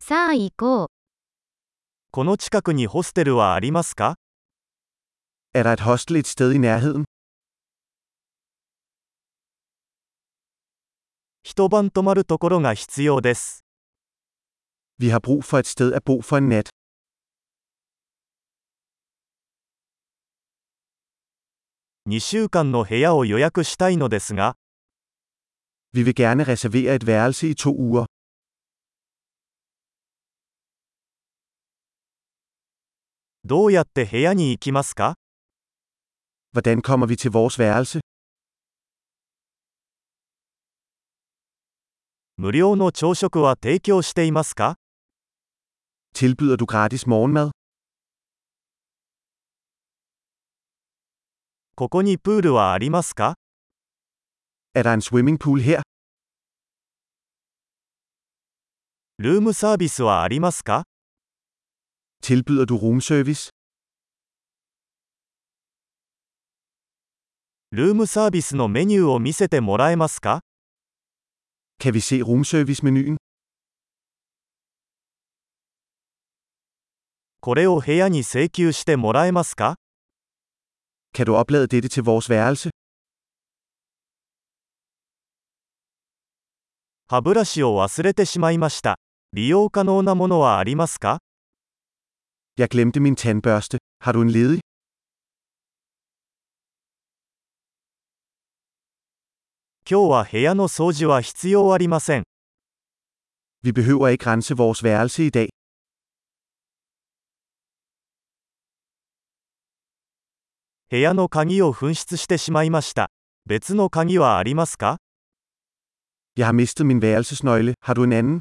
さあ行こう。この近くにホステルはありますか Er der et hostel et sted i nærheden? 一晩泊まるところが必要です。 Vi har brug for et sted at bo for en nat. 2週間の部屋を予約したいのですが、 Vi vil gerne reservere et værelse i to uger. どうやって部屋に行きますか Hvordan kommer vi til vores værelse? 無料の朝食は提供していますか Tilbyder du gratis morgenmad? ここにプールはありますか Er der en swimmingpool her? ルームサービスはありますか Tilbyder du roomservice? ルームサービスのメニューを見せてもらえますか Kan vi se roomservice-menuen? これを部屋に請求してもらえますか Kan du oplade dette til vores værelse? 歯ブラシを忘れてしまいました。利用可能なものはありますか Jeg glemte min tandbørste. Har du en ledig? 今日は部屋の掃除は必要ありません。 Vi behøver ikke rense vores værelse i dag. 部屋の鍵を紛失してしまいました。別の鍵はありますか Jeg har mistet min værelsesnøgle. Har du en anden?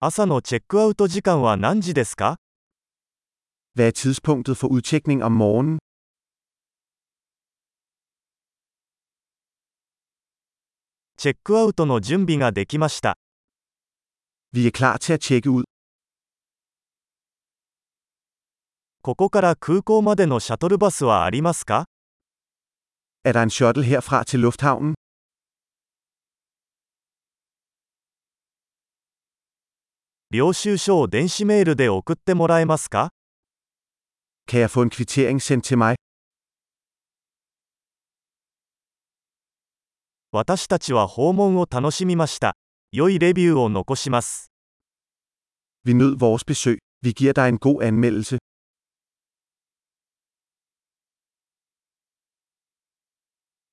朝のチェックアウト時間は何時ですか Hvad er tidspunktet for udtjekning om morgenen? チェックアウトの準備ができました。 Vi er klar til at tjekke ud. ここから空港までのシャトルバスはありますか Er der en shuttle herfra til lufthavnen? 領収書を電子メールで送ってもらえますか Kan jeg få en kvittering sendt til mig? 私たちは訪問を楽しみました。良いレビューを残します。 Vi nød vores besøg. Vi giver dig en god anmeldelse.